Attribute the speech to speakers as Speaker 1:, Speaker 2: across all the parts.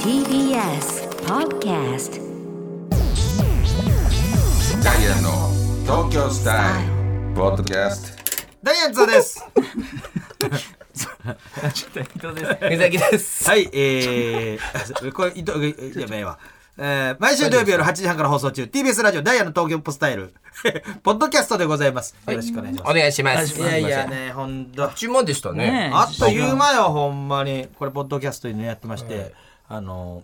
Speaker 1: TBS Podcast
Speaker 2: ダイアンの東京スタイルポッドキャスト
Speaker 3: ダイアンツァです。
Speaker 4: 目崎で す。
Speaker 3: はい、えー、これ、いと、えやばいわ。えー、毎週土曜日夜8時半から放送中、TBS ラジオダイヤの東京ポスタイル、 ポッドキャストでございます。よろしくお願いし
Speaker 4: お
Speaker 3: ま
Speaker 4: 願いします。
Speaker 3: す。いやいやね、ほんと
Speaker 4: あっ。ちもでしたね。
Speaker 3: あっという間よ、ほんまに。これ、ポッドキャストでね、やってまして、あの、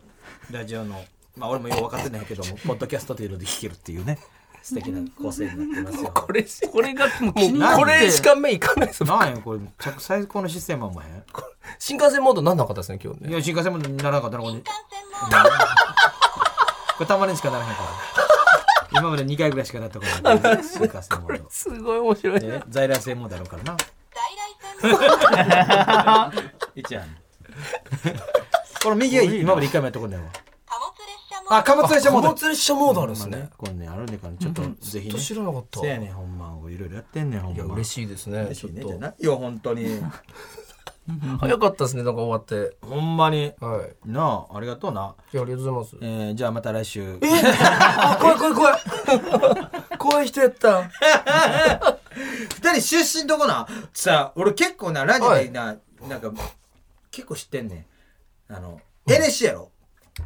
Speaker 3: ラジオの、まあ、俺もよく分かってないけど も、ポッドキャストというので聴けるっていうね、素敵な構成になってますよ。
Speaker 4: これ、これがもう気に
Speaker 3: なって
Speaker 4: これしか目いかないです。
Speaker 3: なんや、これ、めっちゃ最高のシステムはお前。
Speaker 4: 新幹線モードなんなかったですね、今日
Speaker 3: い
Speaker 4: ね。
Speaker 3: や、新幹線もならなかったな、これ。これたまにしかならへんから。今まで2回ぐらいしかなったことない。新幹線も。
Speaker 4: すごい面白いね。
Speaker 3: ね在来線もだろうからな。 一案。この右は今まで1回もやったことないわ。あ、貨物列車も
Speaker 4: 貨
Speaker 3: だ。
Speaker 4: 物列車モードあるんです
Speaker 3: まあ
Speaker 4: ね
Speaker 3: ね。これね、あるねから、ちょっとぜひ
Speaker 4: ちょっと
Speaker 3: ね。
Speaker 4: 知らなかった。
Speaker 3: せやねん、ほんま。いろいろやってんねん、ほん
Speaker 4: いや、
Speaker 3: ま。
Speaker 4: 嬉しいですね。
Speaker 3: 嬉
Speaker 4: ち
Speaker 3: し
Speaker 4: ょ
Speaker 3: い
Speaker 4: っ
Speaker 3: ね。
Speaker 4: と
Speaker 3: じゃないよ、本当に。
Speaker 4: 早かったですね、なんか終わって。
Speaker 3: ほんまに。
Speaker 4: はい。
Speaker 3: なあ、ありがとうな。
Speaker 4: いや、ありがとうございます。
Speaker 3: えーじゃあまた来週。
Speaker 4: あ、怖い怖い怖い。 怖い人やった。
Speaker 3: 二人出身どこなさあ俺結構なラジオでな,、なんか結構知ってんねんあの NSC やろ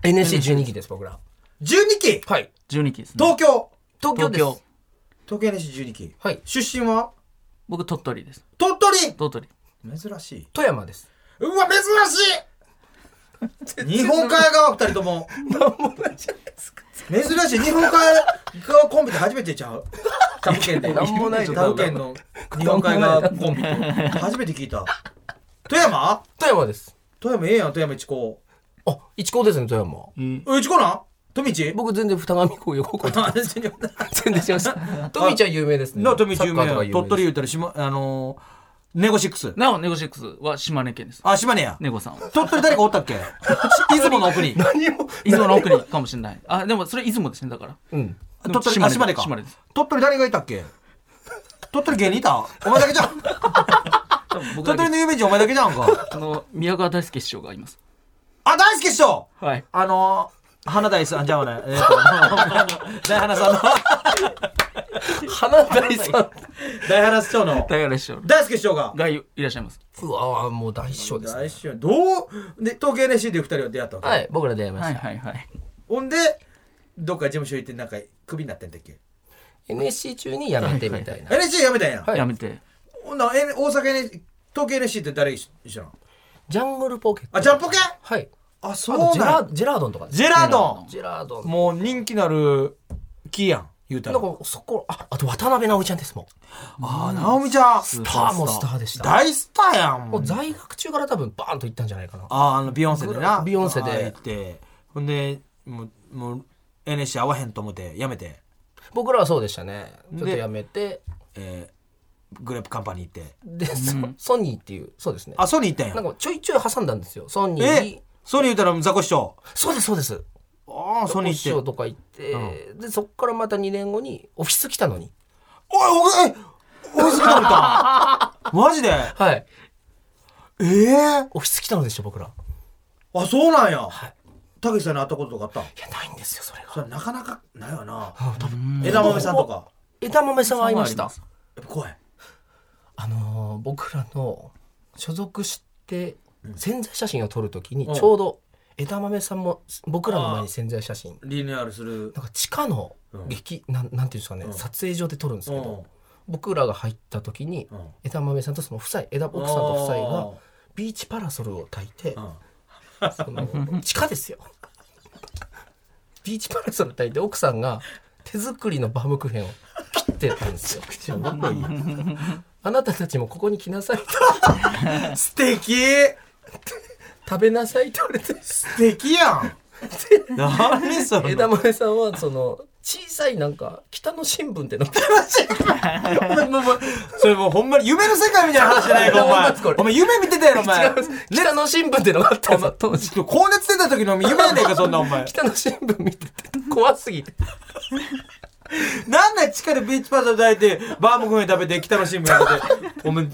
Speaker 4: NSC12 期です、僕ら。
Speaker 3: 12期
Speaker 4: はい。
Speaker 5: 12期ですね。
Speaker 3: 東京
Speaker 4: 東京です。
Speaker 3: 東京 NSC12 期
Speaker 4: はい。
Speaker 3: 出身は
Speaker 5: 僕、鳥取です。
Speaker 3: 鳥取
Speaker 5: 鳥取。
Speaker 3: 珍しい
Speaker 4: 富山です。
Speaker 3: うわ珍しい日本海側二人とも珍しい日本海側コンビって初めてちゃう他府県で
Speaker 4: なんもないよ
Speaker 3: 他府県の日本海側コンビって初めて聞いた富山
Speaker 4: 富山です。
Speaker 3: 富山ええやん富山一高
Speaker 4: あ、一高ですね、富山。
Speaker 3: え、ちこなん富市
Speaker 4: 僕全然二上高横高と
Speaker 3: あ全然
Speaker 4: 全然違い ました。トミーちゃん有名ですね。
Speaker 3: な、富市有名
Speaker 4: サッカーとか
Speaker 3: やん。鳥取
Speaker 4: 有
Speaker 3: 言
Speaker 4: 名で
Speaker 3: うたら、しま、あのー、ネゴシックス。
Speaker 5: なお、ネゴシックスは島根県です。
Speaker 3: あ、島根や。
Speaker 5: ネゴさんは。
Speaker 3: 鳥取誰かおったっ け出雲の奥に。
Speaker 5: 出雲の奥にかもしれない。あ、でもそれ出雲ですね、だから。
Speaker 4: す。うん。
Speaker 3: 鳥取、あ、島根か。
Speaker 5: 島根です。
Speaker 3: 鳥取誰がいたっけ鳥取芸人いた お前だけじゃん。
Speaker 5: 多分僕
Speaker 3: 鳥取
Speaker 5: だけ
Speaker 3: の有名人お前だけじゃんか。
Speaker 5: あの、宮川大輔師匠がいます。
Speaker 3: あ、大好きっしょ
Speaker 5: はい。
Speaker 3: あのー、花大さん、じゃあね。えーと大花さんの、
Speaker 4: 花大さん。
Speaker 3: 大花師匠の、
Speaker 5: 大原師匠
Speaker 3: 大好きっしょが。
Speaker 5: がいいらっしゃいます。
Speaker 4: うわぁ、もう大師匠ですね
Speaker 3: 大。師匠、どう、で、東京 NSC で二人は出会ったわけ
Speaker 4: はい、僕ら出会いま
Speaker 5: はい
Speaker 4: した。
Speaker 5: はいはい。
Speaker 3: ほんで、どっか事務所行ってなんかクビになってんだっけ
Speaker 4: NSC 中にやめてみたいな。
Speaker 3: ?NSC 辞めたんや。
Speaker 4: はい
Speaker 5: やめて。
Speaker 3: ほんなら N- 大阪 NSC、東京 NSC って誰一緒なの
Speaker 4: ジャングルポケット。
Speaker 3: あ、ジャンポケ
Speaker 4: はい。
Speaker 3: あ、そ
Speaker 4: あと
Speaker 3: う
Speaker 4: ジェ
Speaker 3: な
Speaker 4: ラ
Speaker 3: ん
Speaker 4: ージェラードンとかです
Speaker 3: ジェラードン
Speaker 4: ジェラードン。
Speaker 3: もう人気なる木やん、言うた
Speaker 4: な
Speaker 3: ら
Speaker 4: ん。かそこ、あ、あと渡辺直美ちゃんですもん。
Speaker 3: あ、直美ちゃん。ス
Speaker 4: ターもスターでした
Speaker 3: 大スターやん。も
Speaker 4: も
Speaker 3: う
Speaker 4: う在学中から多分バーンと行ったんじゃないかな。
Speaker 3: あ、あの、ビヨンセでな。
Speaker 4: ビヨンセで
Speaker 3: あ行って。ほんで、もう、もう、NSC 合わへんと思って、やめて、
Speaker 4: 僕らはそうでしたね。ちょっとやめて、
Speaker 3: えーグレープカンパニー行って。
Speaker 4: で、そソニーっていう、そうですね。
Speaker 3: あ、ソニー行ったん
Speaker 4: なん
Speaker 3: や。
Speaker 4: かちょいちょい挟んだんですよ。ソニーに
Speaker 3: え。ソニー言うたらザコ師匠。
Speaker 4: そうです、そうです。
Speaker 3: ああ、ソニー
Speaker 4: 師
Speaker 3: 行っ
Speaker 4: 匠
Speaker 3: て。
Speaker 4: とか行って、でそこからまた2年後にオフィス来たのに
Speaker 3: おい、おい、えおいすぎたのか。 マジで
Speaker 4: はい
Speaker 3: ええ
Speaker 4: オフィス来たのでしょ僕らい
Speaker 3: あ、そうなんや
Speaker 4: い。
Speaker 3: たけしさんに会ったこととかあったん
Speaker 4: やないんですよそれが
Speaker 3: それなかなかないよな。枝豆さんとか。
Speaker 4: 枝豆さんは会いましたあ
Speaker 5: そ
Speaker 3: やっぱ怖い。
Speaker 4: のー僕らの所属して潜在写真を撮るときにちょうど枝豆さんも僕らの前に潜在写真
Speaker 3: リニューアルする。
Speaker 4: なんか地下の
Speaker 3: うん
Speaker 4: 劇、なんなんていうんですかね、
Speaker 3: うん
Speaker 4: 撮影所で撮るんですけ
Speaker 3: うん
Speaker 4: ど僕らが入った時に
Speaker 3: うん
Speaker 4: 枝豆さんとその夫妻枝奥さんと夫妻がビーチパラソルを焚いて、
Speaker 3: ん
Speaker 4: その地下ですよ ビーチパラソル炊いて奥さんが手作りのバームクーヘンを切ってたんですよあなたたちもここに来なさいと
Speaker 3: 素敵
Speaker 4: 食べなさいと言われて
Speaker 3: 素敵やん何それ
Speaker 4: 枝豆さんはその小さいなんか北の新聞っての
Speaker 3: もうもうそれもうほんまに夢の世界みたいな話じゃない かお
Speaker 4: ほんま
Speaker 3: 前
Speaker 4: ですこれ
Speaker 3: お前夢見てたやろお前
Speaker 4: 違います北の新聞ってのがあったんですよ当時
Speaker 3: 高 熱出た時の夢やねんかそんなお前
Speaker 4: 北の新聞見てて怖すぎて
Speaker 3: なんだ地下でビーチパスタ抱いてバームクーヘン食べて北の新聞やっててお前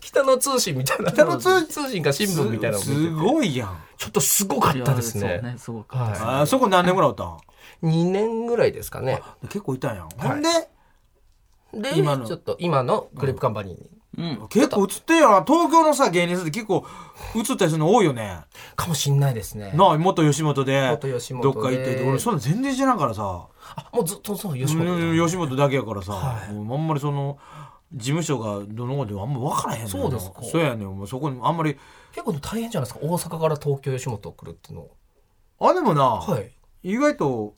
Speaker 4: 北の通信みたいな。北の通通信か新聞みたいなのを見て
Speaker 3: す
Speaker 4: て
Speaker 3: ごいやん
Speaker 4: ちょっとすごかったです
Speaker 5: いやそう
Speaker 4: ね。
Speaker 5: すごかったです
Speaker 4: は
Speaker 3: あそこ何年ぐらいおったん
Speaker 4: い。2年ぐらいですかね。
Speaker 3: 結構いたんやんほんで
Speaker 4: で、
Speaker 3: 今の
Speaker 4: ちょっと今のグレープカンパニーに。
Speaker 3: 結構映ってるよな東京のさ芸人さんって結構映ったりするの多いよね
Speaker 4: かもしんないですね。
Speaker 3: なあ元吉本で
Speaker 4: 元吉本
Speaker 3: ど
Speaker 4: で
Speaker 3: っか行ってて俺そんな全然知らんからさ
Speaker 4: あもうずっとそう、吉本
Speaker 3: うん
Speaker 4: で
Speaker 3: 吉本だけやからさ、
Speaker 4: はい
Speaker 3: もうあんまりその事務所がどの子であんま分からへんのよ
Speaker 4: そうですか
Speaker 3: そうやねんもうそこにあんまり
Speaker 4: 結構大変じゃないですか。大阪から東京吉本来るっていうの。
Speaker 3: あでもな、
Speaker 4: はい。
Speaker 3: 意外と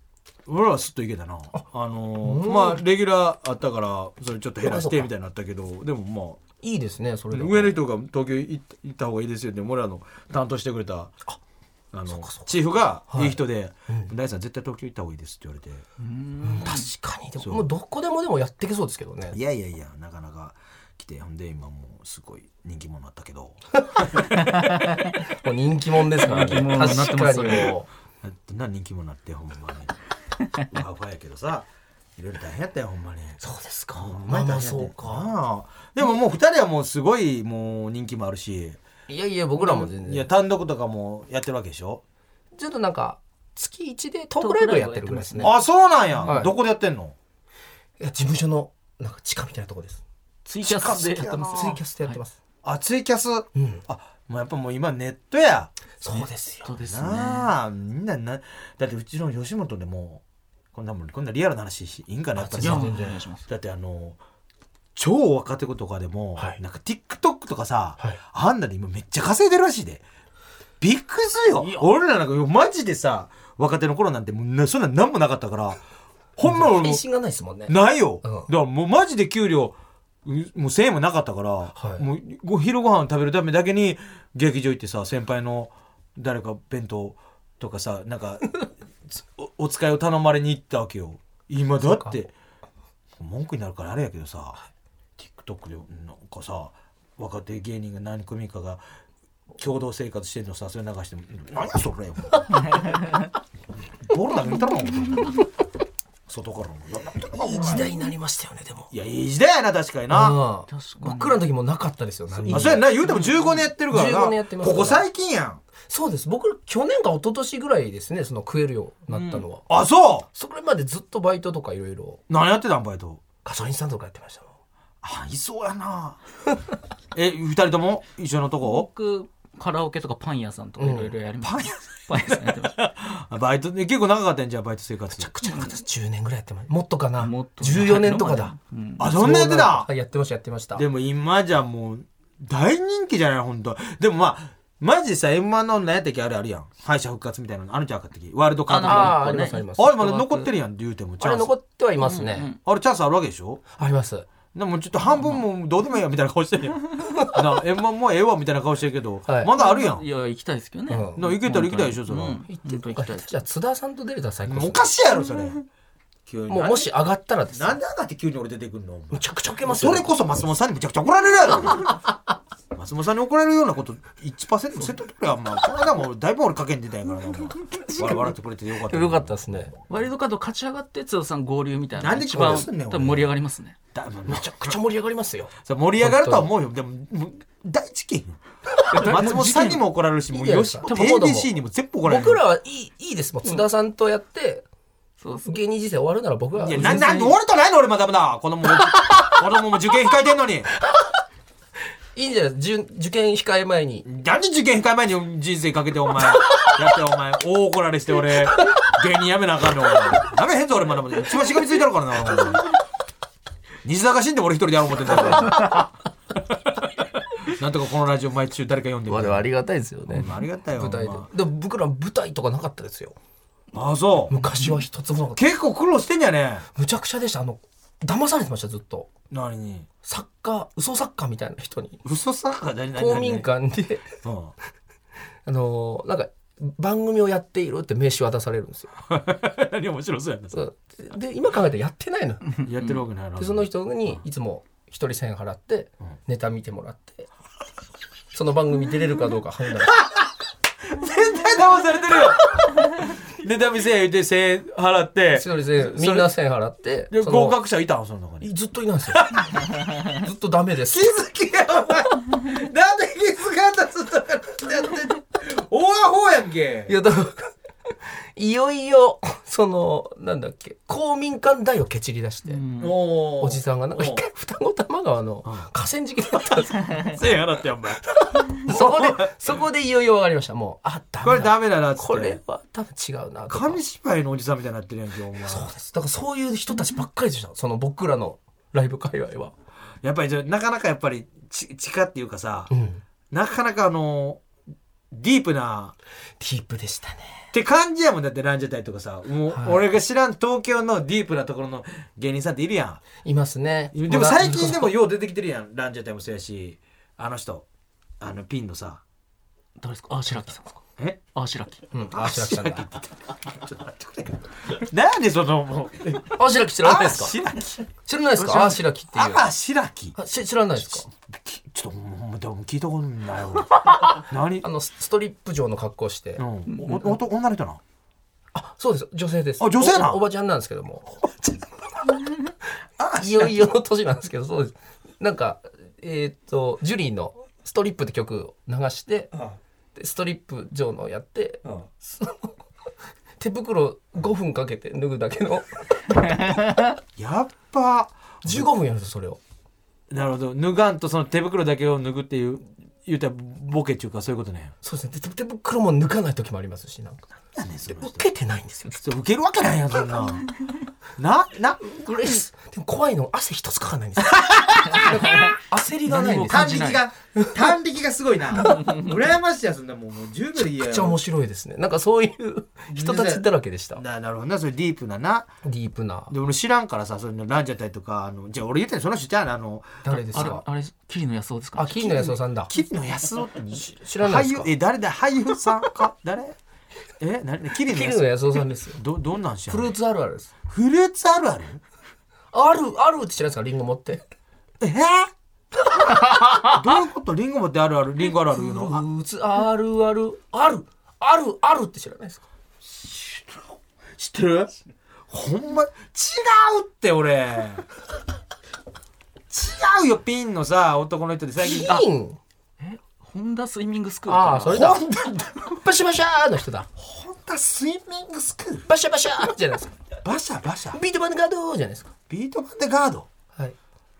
Speaker 3: 俺らはスッといけたなあのー
Speaker 4: うん
Speaker 3: まあレギュラーあったからそれちょっと減らしてみたいになったけどでもまあ
Speaker 4: いいですね、それで。
Speaker 3: 上の人が東京行った行った方がいいですよって俺らの担当してくれたあのチーフがいい人で「大地さん絶対東京行った方がいいです」って言われて
Speaker 4: 確かに。でも
Speaker 3: そう
Speaker 4: もうどこでもでもやってけそうですけど
Speaker 3: 「
Speaker 4: ね
Speaker 3: い。やいやいやなかなか来てほんで今もうすごい人気者だったけ ど
Speaker 4: もう人気者ですからね。
Speaker 5: 人気者になってます
Speaker 4: 確か
Speaker 5: そ
Speaker 4: に
Speaker 5: れ
Speaker 4: も
Speaker 3: どんな人気者になってほんまに ウハウハやけどさいろいろ大変やったよほんまに。
Speaker 4: う。そうですか。
Speaker 3: ほん
Speaker 4: まあ
Speaker 3: に
Speaker 4: ま
Speaker 3: 大変
Speaker 4: あそ
Speaker 3: や
Speaker 4: う
Speaker 3: で
Speaker 4: か。
Speaker 3: なあでももう二人はもうすごいもう人気もあるし
Speaker 4: いやいや、僕らも全
Speaker 3: いや
Speaker 4: 然。
Speaker 3: 単独とかもやってるわけでしょ
Speaker 4: ちょっとなんか、月1でトークライブやってるぐらいですね。
Speaker 3: あそうなんや、
Speaker 4: はい
Speaker 3: どこでやってんの
Speaker 4: いや事務所のなんか地下みたいなとこです。
Speaker 5: ツイキャスでやってます
Speaker 4: ツイキャスでやってます。
Speaker 3: あツイキャス、
Speaker 4: うん。
Speaker 3: あもうやっぱもう今ネットや
Speaker 4: そうですよ
Speaker 5: そ。うですね
Speaker 3: なあみんななだってうちの吉本でもこんなもんこんなリアルな話しいいんかなやっぱり
Speaker 5: いや
Speaker 3: さ
Speaker 5: もうお願いします
Speaker 3: だってあの超若手子とかでも、
Speaker 4: はい
Speaker 3: なんか TikTok とかさ、
Speaker 4: はい
Speaker 3: あんなで今めっちゃ稼いでるらしいでびっくりするよ俺らなんかマジでさ若手の頃なんてもうなそんなん何もなかったからほんま俺
Speaker 4: 配
Speaker 3: も
Speaker 4: 信がないですもんね。
Speaker 3: ないよ、
Speaker 4: う
Speaker 3: だ
Speaker 4: ん
Speaker 3: からもうマジで給料うもう1000円もなかったから、
Speaker 4: はい
Speaker 3: もうご昼ご飯食べるためだけに劇場行ってさ先輩の誰か弁当とかさなん かおお使いを頼まれに行ったわけよ今だって文句になるからあれやけどさ TikTok でなんかさ若手芸人が何組かが共同生活してんのさそれ流しても「何やそ れ!」ボール投げたろ外から
Speaker 4: いい時代になりましたよね、でも。
Speaker 3: いや、いい時代やな、確かにな。
Speaker 4: うん
Speaker 5: 確かに
Speaker 4: 僕らの時もなかったですよ。何も
Speaker 3: あ、そうやんな、言うても15年やってるからな。
Speaker 4: 15年やってます
Speaker 3: ここ最近やん。
Speaker 4: そうです。僕ら去年か一昨年ぐらいですね、その食えるようになったのは。
Speaker 3: あ、そ
Speaker 4: それまでずっとバイトとかいろいろ、
Speaker 3: う何やってたん、バイト。
Speaker 4: ガソリンスタンドとかやってましたもん。
Speaker 3: あ、いそうや な。え、二人とも一緒のとこ
Speaker 5: 僕カラオケとかパン屋さんとかいろいろやります、
Speaker 3: うん
Speaker 5: パン屋さんやってました
Speaker 3: あバイト、ね、結構長かったんじゃん、バイト生活。
Speaker 4: 口の形10年ぐらいやってました。もっとかな。
Speaker 5: もっと
Speaker 4: 14年とかだ。
Speaker 5: うん
Speaker 3: あ、そんなやってた
Speaker 4: はいやってました、やってました。
Speaker 3: でも今じゃもう、大人気じゃない、ほんと。でもまあ、マジでさ、M1 の何やったっけあれあるやん。敗者復活みたいなの、あるんちゃうかったっけワールドカップ
Speaker 5: あの
Speaker 3: あ
Speaker 4: ああ、あります、
Speaker 5: ね
Speaker 4: あります。
Speaker 3: あれまだ残ってるやん、言うても。チャ
Speaker 4: あれ
Speaker 3: ン
Speaker 4: 残
Speaker 3: ス。
Speaker 4: ってはいますね。
Speaker 3: あれチャンスあるわけでしょ
Speaker 4: あります。
Speaker 3: でもちょっと半分もうどうでもいいやみたいな顔してる やん。な、え、ま、もうええわみたいな顔してるけど、
Speaker 4: はい
Speaker 3: まだあるやん
Speaker 5: い。や行きたいですけどね、
Speaker 4: うん
Speaker 3: な、行けたら行きたいでしょ、それ。
Speaker 5: うん、行って行きたいです
Speaker 4: じゃあ津田さんと出れたら最高ですね
Speaker 3: おかしいやろ、それ。急に。
Speaker 4: もうもし上がったらですね
Speaker 3: なんであんなって急に俺出てくんのお前
Speaker 4: むちゃくちゃ受けますよ
Speaker 3: それこそ松本さんにめちゃくちゃ怒られるや ろ。松本さんに怒られるようなこと1%もせっとくれやん、まあ、この間もだいぶ俺かけんでたんやからな、お前笑笑ってくれてよかった。
Speaker 4: よかったですね
Speaker 5: ワイルドカード勝ち上がって津田さん合流みたいな
Speaker 3: なんで
Speaker 5: 一番
Speaker 3: 合流すんねん俺
Speaker 5: 多分盛り上がりますね
Speaker 3: だ。
Speaker 4: めちゃくちゃ盛り上がりますよ
Speaker 3: さ盛り上がるとは思うよ。でも、もう大事 件やん松本さんにも怒られるし、もう
Speaker 4: いいや
Speaker 3: 吉
Speaker 4: ん
Speaker 3: 本 ADC にも全部怒られる。
Speaker 4: 僕らはいいいいですもう津田さんとやって、
Speaker 5: そうそう
Speaker 4: 芸人人生終わるなら僕はい
Speaker 3: や、な、な、俺とないの俺まだまだ。子供も、子供も受験控えてんのに。
Speaker 4: いいんじゃないですか受受験控え前に
Speaker 3: なんで受験控え前に人生かけてお前。やってお前、大怒られして俺、芸人やめなあかんの。やめへんぞ俺まだまだ。一番しがみついてるからな。ほんまに西田が死んでも俺一人でやろう思ってたから。なんとかこのラジオ毎週誰か読んでくれ
Speaker 4: ありがたいですよね
Speaker 3: ありがたいよ。
Speaker 4: 舞台
Speaker 3: ほ
Speaker 4: で
Speaker 3: んま
Speaker 4: でも僕ら舞台とかなかったですよ
Speaker 3: あ、そう。
Speaker 4: 昔は一つもなかった
Speaker 3: 結構苦労してんじゃね
Speaker 4: むちゃくちゃでしたあの騙されてましたずっと
Speaker 3: 何に。
Speaker 4: 作家嘘作家みたいな人に
Speaker 3: 嘘さか、何々
Speaker 4: 公民。館で
Speaker 3: 何々
Speaker 4: あのーなんか番組をやっているって名刺渡されるんですよ
Speaker 3: うん。何面白そうやな。
Speaker 4: そうで今考えたらやってないのよ
Speaker 3: やってるわけないな
Speaker 4: で。その人にいつも一人1000円払ってネタ見てもらってその番組出れるかどうか判断
Speaker 3: 絶対騙されてるよ 妬みせえ言うて1000円払って
Speaker 4: 千鳥千みんな1000円払って
Speaker 3: で
Speaker 4: その
Speaker 3: 合格者いたのその中に
Speaker 4: ずっといないん ですよずっとダメです
Speaker 3: づきやお前なんで気づかんだっつったからやってんおわほやん
Speaker 4: い
Speaker 3: け
Speaker 4: やだからいよいよそのなんだっけ公民館代を蹴散り出して、
Speaker 3: お
Speaker 4: おじさんがなんか一回双子玉川の河川敷だったんですよ
Speaker 3: 1000円払ってやんお前
Speaker 4: そこでそこでいよいよ分かりましたもうあダ
Speaker 3: これ
Speaker 4: メだ
Speaker 3: ダメだなっつって
Speaker 4: これは多分違うなとか
Speaker 3: 紙芝居のおじさんみたいになってるやんけお前
Speaker 4: そうですだからそういう人たちばっかりでしたその僕らのライブ界隈は、
Speaker 3: やっぱりじゃあなかなかやっぱりち地下っていうかさ
Speaker 4: うん、デ
Speaker 3: なかなかあのディープな
Speaker 4: ィープでしたね
Speaker 3: って感じやもんだってランジャタイとかさもう
Speaker 4: はい
Speaker 3: 俺が知らん東京のディープなところの芸人さんっているや
Speaker 4: いますね
Speaker 3: んでも最近でも
Speaker 4: まだ
Speaker 3: よう出てきてるやんランジャタイもそうやしあの人あのピンのさ
Speaker 5: 誰ですかあ、白木さんですか
Speaker 3: え
Speaker 5: あ、白木。
Speaker 4: うん、あしらきさんだ
Speaker 3: ちょっと待ってくれなんでそのもう
Speaker 4: あしらき知らないですか
Speaker 3: あ白木
Speaker 4: 知らないですかあしらきっていう
Speaker 3: あ白木
Speaker 4: あし知らないですか
Speaker 3: きちょっともうでも聞いたことない俺何
Speaker 4: あのスストリップ状の格好して、
Speaker 3: うんおおお女の人な
Speaker 4: あそうです女性です
Speaker 3: あ女性なん
Speaker 4: おおばちゃんなんですけどもいよいよの年なんですけどそうですなんかえっ、とジュリーの「ストリップ」って曲を流してでストリップ状のをやってその手袋5分かけて脱ぐだけの
Speaker 3: やっぱ
Speaker 4: 15分やるんですよそれを
Speaker 3: なるほど脱がんとその手袋だけを脱ぐっていう言うたらボケっていうかそういうことね
Speaker 4: そうですねで手袋も脱がない時もありますしなんか
Speaker 3: そ
Speaker 4: 受けてないんですよ
Speaker 3: れ受けるわけないやんそんななな
Speaker 4: 嬉しいでも怖いのは汗一つかかんないんですよなんか焦りがないんですよ
Speaker 5: 感じない
Speaker 3: が単力がすごいな羨ましいやそんなもうもう十分でいいや
Speaker 4: めっちゃ面白いですねなんかそう いう人たちだらけでした
Speaker 3: ななるほどなそれディープなな
Speaker 4: ディープな
Speaker 3: で俺知らんからさそのランジャタイとかあのじゃあ俺言ったらその人じゃああの
Speaker 4: 誰です
Speaker 5: あれ
Speaker 4: か、
Speaker 5: あれ、桐野安夫ですか
Speaker 4: あ金野安夫さんだ
Speaker 3: 桐野安夫って
Speaker 4: 知らないですか
Speaker 3: 俳優え誰だ俳優さんか 誰え何桐野
Speaker 4: 金
Speaker 3: 安
Speaker 4: 野
Speaker 3: 夫
Speaker 4: 安夫さんですよ
Speaker 3: どどんなんしや
Speaker 4: フルー
Speaker 3: ん
Speaker 4: ツあるあるです
Speaker 3: フルーツあるある
Speaker 4: あるあるって知らないですかリンゴ持って
Speaker 3: えーどういうことリンゴ持ってあるあるリンゴあるある言う
Speaker 4: フル
Speaker 3: のあ
Speaker 4: ーツあるあるあるあるあるって知らないですか
Speaker 3: 知ってるほんま違うって俺違うよピンのさ男の人で最近あ
Speaker 4: 金
Speaker 5: ホンダスイミングスクール
Speaker 4: ああーそ
Speaker 5: か
Speaker 4: れだバシャバシャーの人だ
Speaker 3: ホンダスイミングスクール
Speaker 4: バシャバシャーじゃないですか
Speaker 3: バシャバシャ
Speaker 4: ビートバンドガードじゃないですか
Speaker 3: ビート板でガード
Speaker 4: はい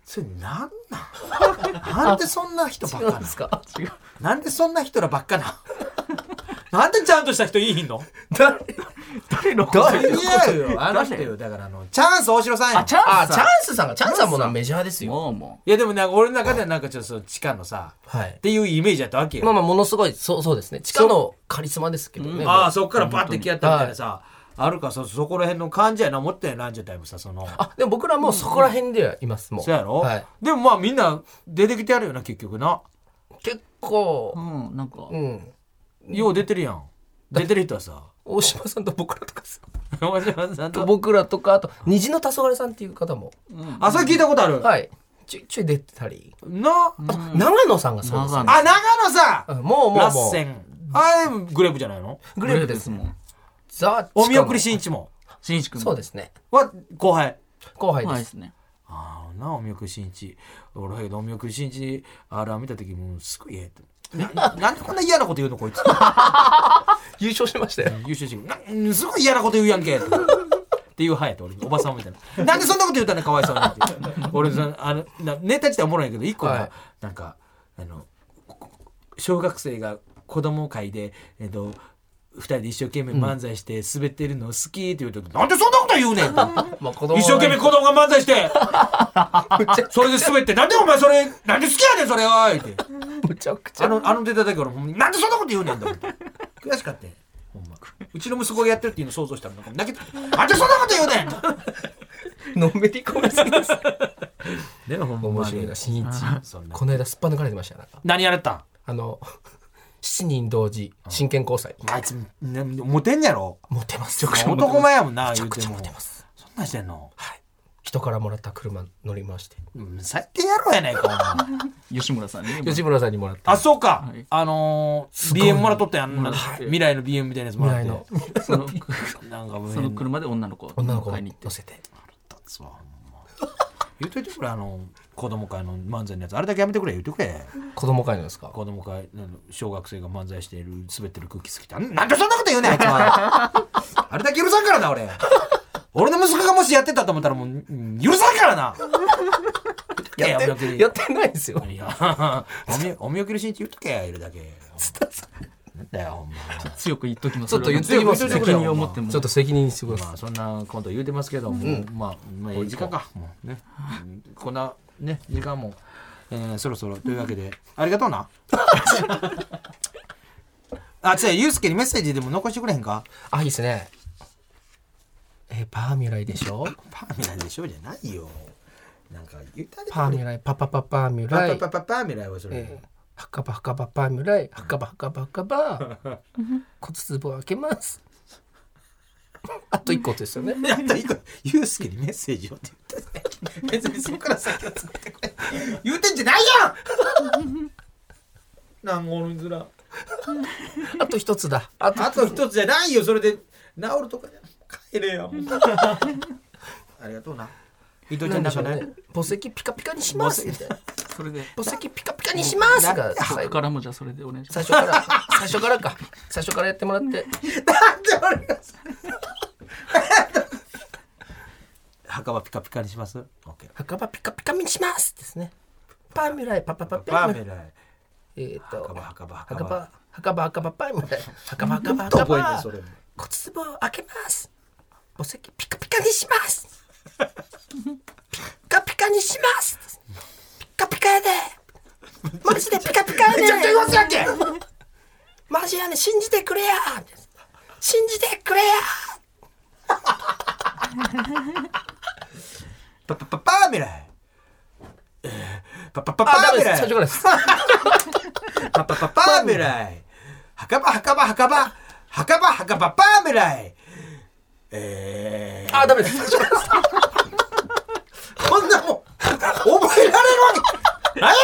Speaker 3: それなんなんなんでそんな人ばっ
Speaker 4: 違う
Speaker 3: か
Speaker 4: んで
Speaker 3: な
Speaker 4: すか違う
Speaker 3: なんでそんな人らばっかななんでちゃんとした人いいの
Speaker 4: 誰
Speaker 5: 誰の
Speaker 3: いやよ、あの人よ、だからあの、チャンス大城さんや
Speaker 5: あ、チャンス
Speaker 4: あチャ
Speaker 5: さん
Speaker 4: ンスさんがチャンスさんもなメジャーですよ
Speaker 5: もうも
Speaker 3: いやでもなんか俺の中ではなんかちょっとその地下のさ、
Speaker 4: はい
Speaker 3: っていうイメージだったわけよ。
Speaker 4: まあまあものすごいそうそうですね地下のカリスマですけどね、
Speaker 3: ああ、そっからバッて来やったみたいなさ、あるからそ、そこら辺の感じやな、思ったよ、ランジャタイムさ、その。
Speaker 4: あでも僕らもうそこら辺ではいますもう
Speaker 3: そうやろ、
Speaker 4: はい、
Speaker 3: でもまあみんな出てきてやるよな、結局な。
Speaker 4: 結構
Speaker 5: う。うん、なんか
Speaker 4: う。ん
Speaker 3: よう出てるやん。出てる人は さ、
Speaker 4: 大島さんと僕らとかです
Speaker 3: 大島さんと。
Speaker 4: 僕らとかあと虹の黄昏さんっていう方も
Speaker 3: あ、それ聞いたことある。
Speaker 4: はいちょいちょい出てたり
Speaker 3: の、
Speaker 4: あ長野さんがそうです
Speaker 5: 長野
Speaker 3: あ、長野さ
Speaker 4: うんんもうもうもう
Speaker 3: ラッセン。あれ、グレープじゃないの
Speaker 4: グレープです
Speaker 5: もん。
Speaker 4: ザ
Speaker 3: お見送り
Speaker 4: し
Speaker 3: しんいちも。
Speaker 5: しんいちくん。
Speaker 4: そう
Speaker 5: で
Speaker 4: ですね
Speaker 3: は、後輩。
Speaker 4: 後輩
Speaker 5: す。
Speaker 4: で
Speaker 5: はい
Speaker 4: す
Speaker 5: ですね。
Speaker 3: ああなお見送りしんいち俺だけどお見送りしんいちあれ見た時もうすごいええってな なんでこんな嫌なこと言うのこいつ
Speaker 4: 優勝しましたよ
Speaker 3: 優勝してなんすごい嫌なこと言うやんけっていうはやって俺おばさんみたいななんでそんなこと言うたんだかわいそうにって俺そのあのなネタ自体おもろいんやけど一個が、
Speaker 4: はい
Speaker 3: なんかあのこ小学生が子供会でえっと二人で一生懸命漫才して滑ってるの好きって言うと、なんでそんなこと言うねんっ て
Speaker 4: まあ子供
Speaker 3: 一生懸命子供が漫才してそれで滑って、なんでお前それ、なんで好きやねん、それはって。
Speaker 4: むちゃくちゃ
Speaker 3: あの、あの出ただけ俺、ほんまになんでそんなこと言うねんだ思って。悔しかったよほんま。うちの息子がやってるっていうのを想像したら、なんか泣けた。なんでそんなこと言うねん
Speaker 4: のめり込みすぎです
Speaker 3: でもほん
Speaker 4: 面白いなしんいち
Speaker 3: そんな
Speaker 4: この間すっぱ抜かれてましたよなんか
Speaker 3: 何やれたん
Speaker 4: あの 7人同時真剣交際
Speaker 3: あいつ、ねモテんやろ
Speaker 4: モテますよ
Speaker 3: 男前やもんな、
Speaker 4: めち
Speaker 3: 言
Speaker 4: ゃ
Speaker 3: う
Speaker 4: く
Speaker 3: て
Speaker 4: ちゃ
Speaker 3: も
Speaker 4: モ。テます
Speaker 3: そんなんしてんの
Speaker 4: はい人からもらった車乗りまして
Speaker 3: うん最低やろやないかお前
Speaker 5: 吉村さんにね。
Speaker 4: 吉村さんにもらった
Speaker 3: あそうか、
Speaker 5: はい
Speaker 3: あのー、
Speaker 4: ごい
Speaker 3: BM もらっとったやんな、
Speaker 5: はい
Speaker 3: 未来の BM みたいなやつもらっ
Speaker 4: 未来
Speaker 3: て
Speaker 4: の
Speaker 5: その
Speaker 3: なんかもう
Speaker 5: その車で女の子を
Speaker 4: 女の子を
Speaker 5: 買いに行って
Speaker 4: 乗。せて
Speaker 3: そうほんま言うといてくれあの子供会の漫才のやつあれだけやめてくれ言うてくれ
Speaker 4: 子供会のですか
Speaker 3: 子供会あの小学生が漫才している滑ってる空気好きってあんなんでそんなこと言うねんあいつ はあれだけ許さんからな俺俺の息子がもしやってたと思ったらもううん許さんからないやいやお見送り
Speaker 4: やってないんですよ
Speaker 3: いやお見お見送りしにって言っとけやいるだけなんだよほんま
Speaker 5: 強く言っときます。
Speaker 4: ちょっと言ってきますね
Speaker 5: 責任を持っても。
Speaker 4: ちょっと責任してください
Speaker 3: まあそんなこと言うてますけども、まあ、まあ、いい時間かもうね、うんこんなね時間も、えーそろそろというわけでありがとう なあ違うゆうすけにメッセージでも残してくれへんか
Speaker 4: あいいですねえパーミュライでしょ
Speaker 3: パーミライでしょじゃないよなんか言ったで
Speaker 4: パーミュライパパパパーミュ
Speaker 3: パ
Speaker 4: ラ
Speaker 3: パ
Speaker 4: イ
Speaker 3: パパパーミライはそれ、
Speaker 4: えーはかばはかばパーミュライはかばはかばはかば骨壺を開けます あと一個ですよね
Speaker 3: やったいいことゆうすけにメッセージをって言ったね別にそこから先は続けてくれ 言うてんじゃないやん なんごのずら
Speaker 4: あと一つだあと
Speaker 3: あと一つじゃないよ、それで治るとかじゃ帰れよ。ありがとうな。伊藤ちゃ
Speaker 4: なん
Speaker 3: ん
Speaker 4: で
Speaker 3: だ
Speaker 4: しょ
Speaker 3: か
Speaker 4: うね
Speaker 3: ね。
Speaker 4: 墓石ピカピカにしますみたいな
Speaker 5: それで。
Speaker 4: 墓石ピカピカにしますが
Speaker 5: こ
Speaker 4: 最
Speaker 5: れ
Speaker 4: 後
Speaker 5: からもじゃあそれでお願いします。
Speaker 4: 最初から最初からか最初からやってもらって
Speaker 3: なんで俺が。墓場ピカピカにします。オッケー。
Speaker 4: 墓場ピカピカにしますですねパーミュライパパパパ
Speaker 3: バ
Speaker 4: ー
Speaker 3: ー
Speaker 4: ミュ
Speaker 3: メ
Speaker 4: ライ
Speaker 3: ライ。
Speaker 4: えーっと
Speaker 3: 墓場墓場
Speaker 4: 墓
Speaker 3: 墓場。
Speaker 4: 場墓場墓場パーミュライ墓場墓場
Speaker 3: ど
Speaker 4: 墓
Speaker 3: こ
Speaker 4: 場
Speaker 3: へねそれも。
Speaker 4: 骨壺を開けます墓石ピカピカにしますピカピカにしますピカピカやでマジでピカピカやで
Speaker 3: めちゃくちゃ言わすやんけ。
Speaker 4: マジやね信じてくれや信じてくれや
Speaker 3: パパパパーメライ。えーパパパパーメライ。
Speaker 4: らです
Speaker 3: パパパパーメライ。墓場墓場墓場。墓場墓場パーメライ。えー。
Speaker 4: あダメです最初から
Speaker 3: こんなもん、覚えられるわけ。なんや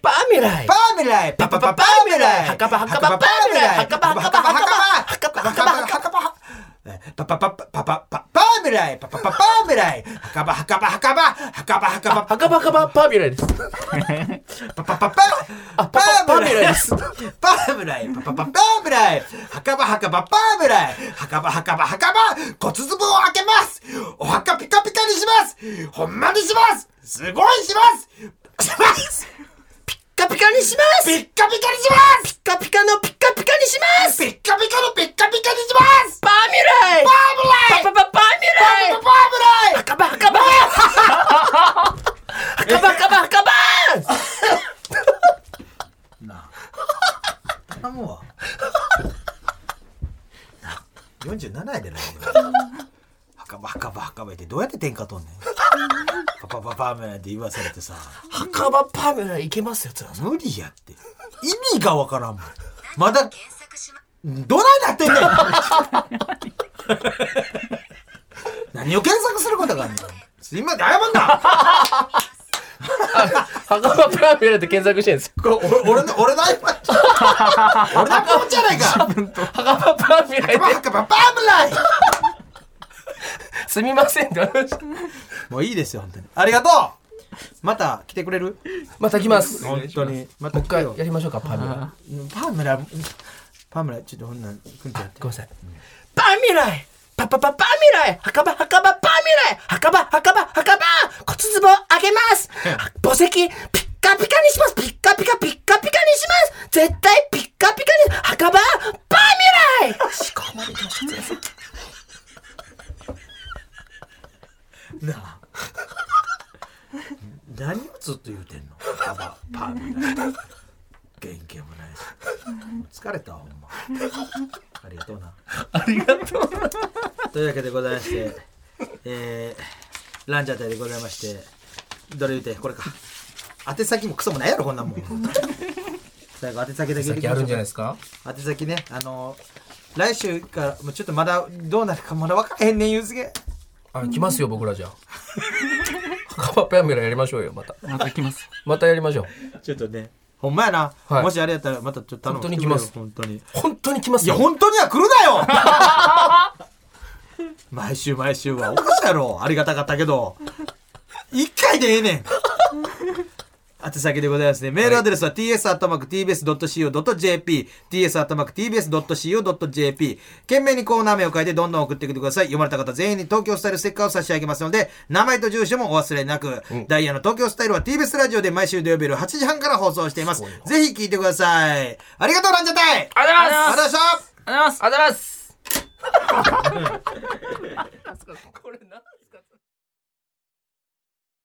Speaker 4: パーミュライ
Speaker 3: パーメライパパパパーメライ
Speaker 4: 墓場墓場
Speaker 3: パーメライ
Speaker 4: 墓場墓場
Speaker 3: 墓
Speaker 4: 墓
Speaker 3: 場
Speaker 4: 場
Speaker 3: 墓場墓場パパパパパパパパーメライパパパパーメライ墓場墓場墓場墓場墓場
Speaker 4: 墓場墓場パーミュライです
Speaker 3: パパパパ
Speaker 4: あ
Speaker 3: パ
Speaker 4: パパ
Speaker 3: ーメライ
Speaker 4: パーメライです
Speaker 3: パーメライパパパパーメライ墓場墓場パーメライ墓場墓場墓場骨壺を開けますお墓ピカピカにしますほんまにしますすごいし ますします
Speaker 4: ピカピカにします
Speaker 3: ピッカピカにします
Speaker 4: ピカピカのピカピカにします
Speaker 3: ピッカピカのピッカピカにします
Speaker 4: パーミュライ
Speaker 3: パーメライ
Speaker 4: パパパパーミュライ
Speaker 3: パーメライ
Speaker 4: カバカバ カバカバカバ
Speaker 3: 頼む わ47やでな墓場墓場墓場ってどうやって天下取んねんパパパパーメライって言わされてさ
Speaker 4: カバパーミュライいけますよつらさ
Speaker 3: 無理やって意味がわからんもんまだどないなってんねん何を検索することがあんのすいません謝ん な
Speaker 4: カバパーミュライって検索してるんですよ
Speaker 3: これ俺俺の俺の iPad 俺の iPhone じゃないか
Speaker 4: カバパーミュライ
Speaker 3: バカババブライ
Speaker 4: すみませんって
Speaker 3: もういいですよ本当にありがとうまた来てくれる
Speaker 4: また来ますもう
Speaker 3: 本当にまた
Speaker 4: 一
Speaker 3: 来て
Speaker 4: 回
Speaker 3: よ
Speaker 4: やりましょうかパーミュライ
Speaker 3: パームラパームラちょっとほんなんくんちゃん
Speaker 4: ごめんなさいパーミュライパパパパーミュライ墓場墓場パーミュライ墓場墓場墓場骨壺をあげます墓石ピッカピカにしますピッカピカピッカピカにします絶対ピッカピカに墓場パーミュライ
Speaker 3: なあ何をずっと言うてんのパパパームラ元気もないし疲れたわほんまありがとうなありがとうというわけでございましてえー、ランジャタイでございましてどれ言うてこれか宛先もクソもないやろこんなもん最後宛先だけ言ってみましょう
Speaker 4: ですか
Speaker 3: 宛先ねあのー来週からもうちょっとまだどうなるかまだ分からへんねんゆうすけ
Speaker 4: あ来ますよ僕らじゃあカバペアメラやりましょうよまた
Speaker 5: また来ます。
Speaker 4: またやりましょう
Speaker 3: ちょっとねほんまやな、
Speaker 4: はい
Speaker 3: もしあれやったらまたちょっと頼む
Speaker 4: 本当に来ます
Speaker 3: 本当に
Speaker 4: 本当に来ま
Speaker 3: い
Speaker 4: す
Speaker 3: や
Speaker 4: よ
Speaker 3: 本当には来るなよ 毎週毎週はおかしいやろありがたかったけど一回でええねん宛先でございますね。メールアドレスは ts.tbs.co.jp、ts.tbs.co.jp。懸命にコーナー名を書いてどんどん送ってきてください。読まれた方全員に東京スタイルステッカーを差し上げますので、名前と住所もお忘れなく。ダイヤの東京スタイルは TBS ラジオで毎週土曜日夜8時半から放送しています。ぜひ聞いてください。ありがとう、ランジャタイ
Speaker 4: ありがとうござい
Speaker 3: あ
Speaker 4: ま
Speaker 3: りがとうございました
Speaker 5: ありがと
Speaker 4: ありがと
Speaker 5: うございます。
Speaker 4: うございますこれなん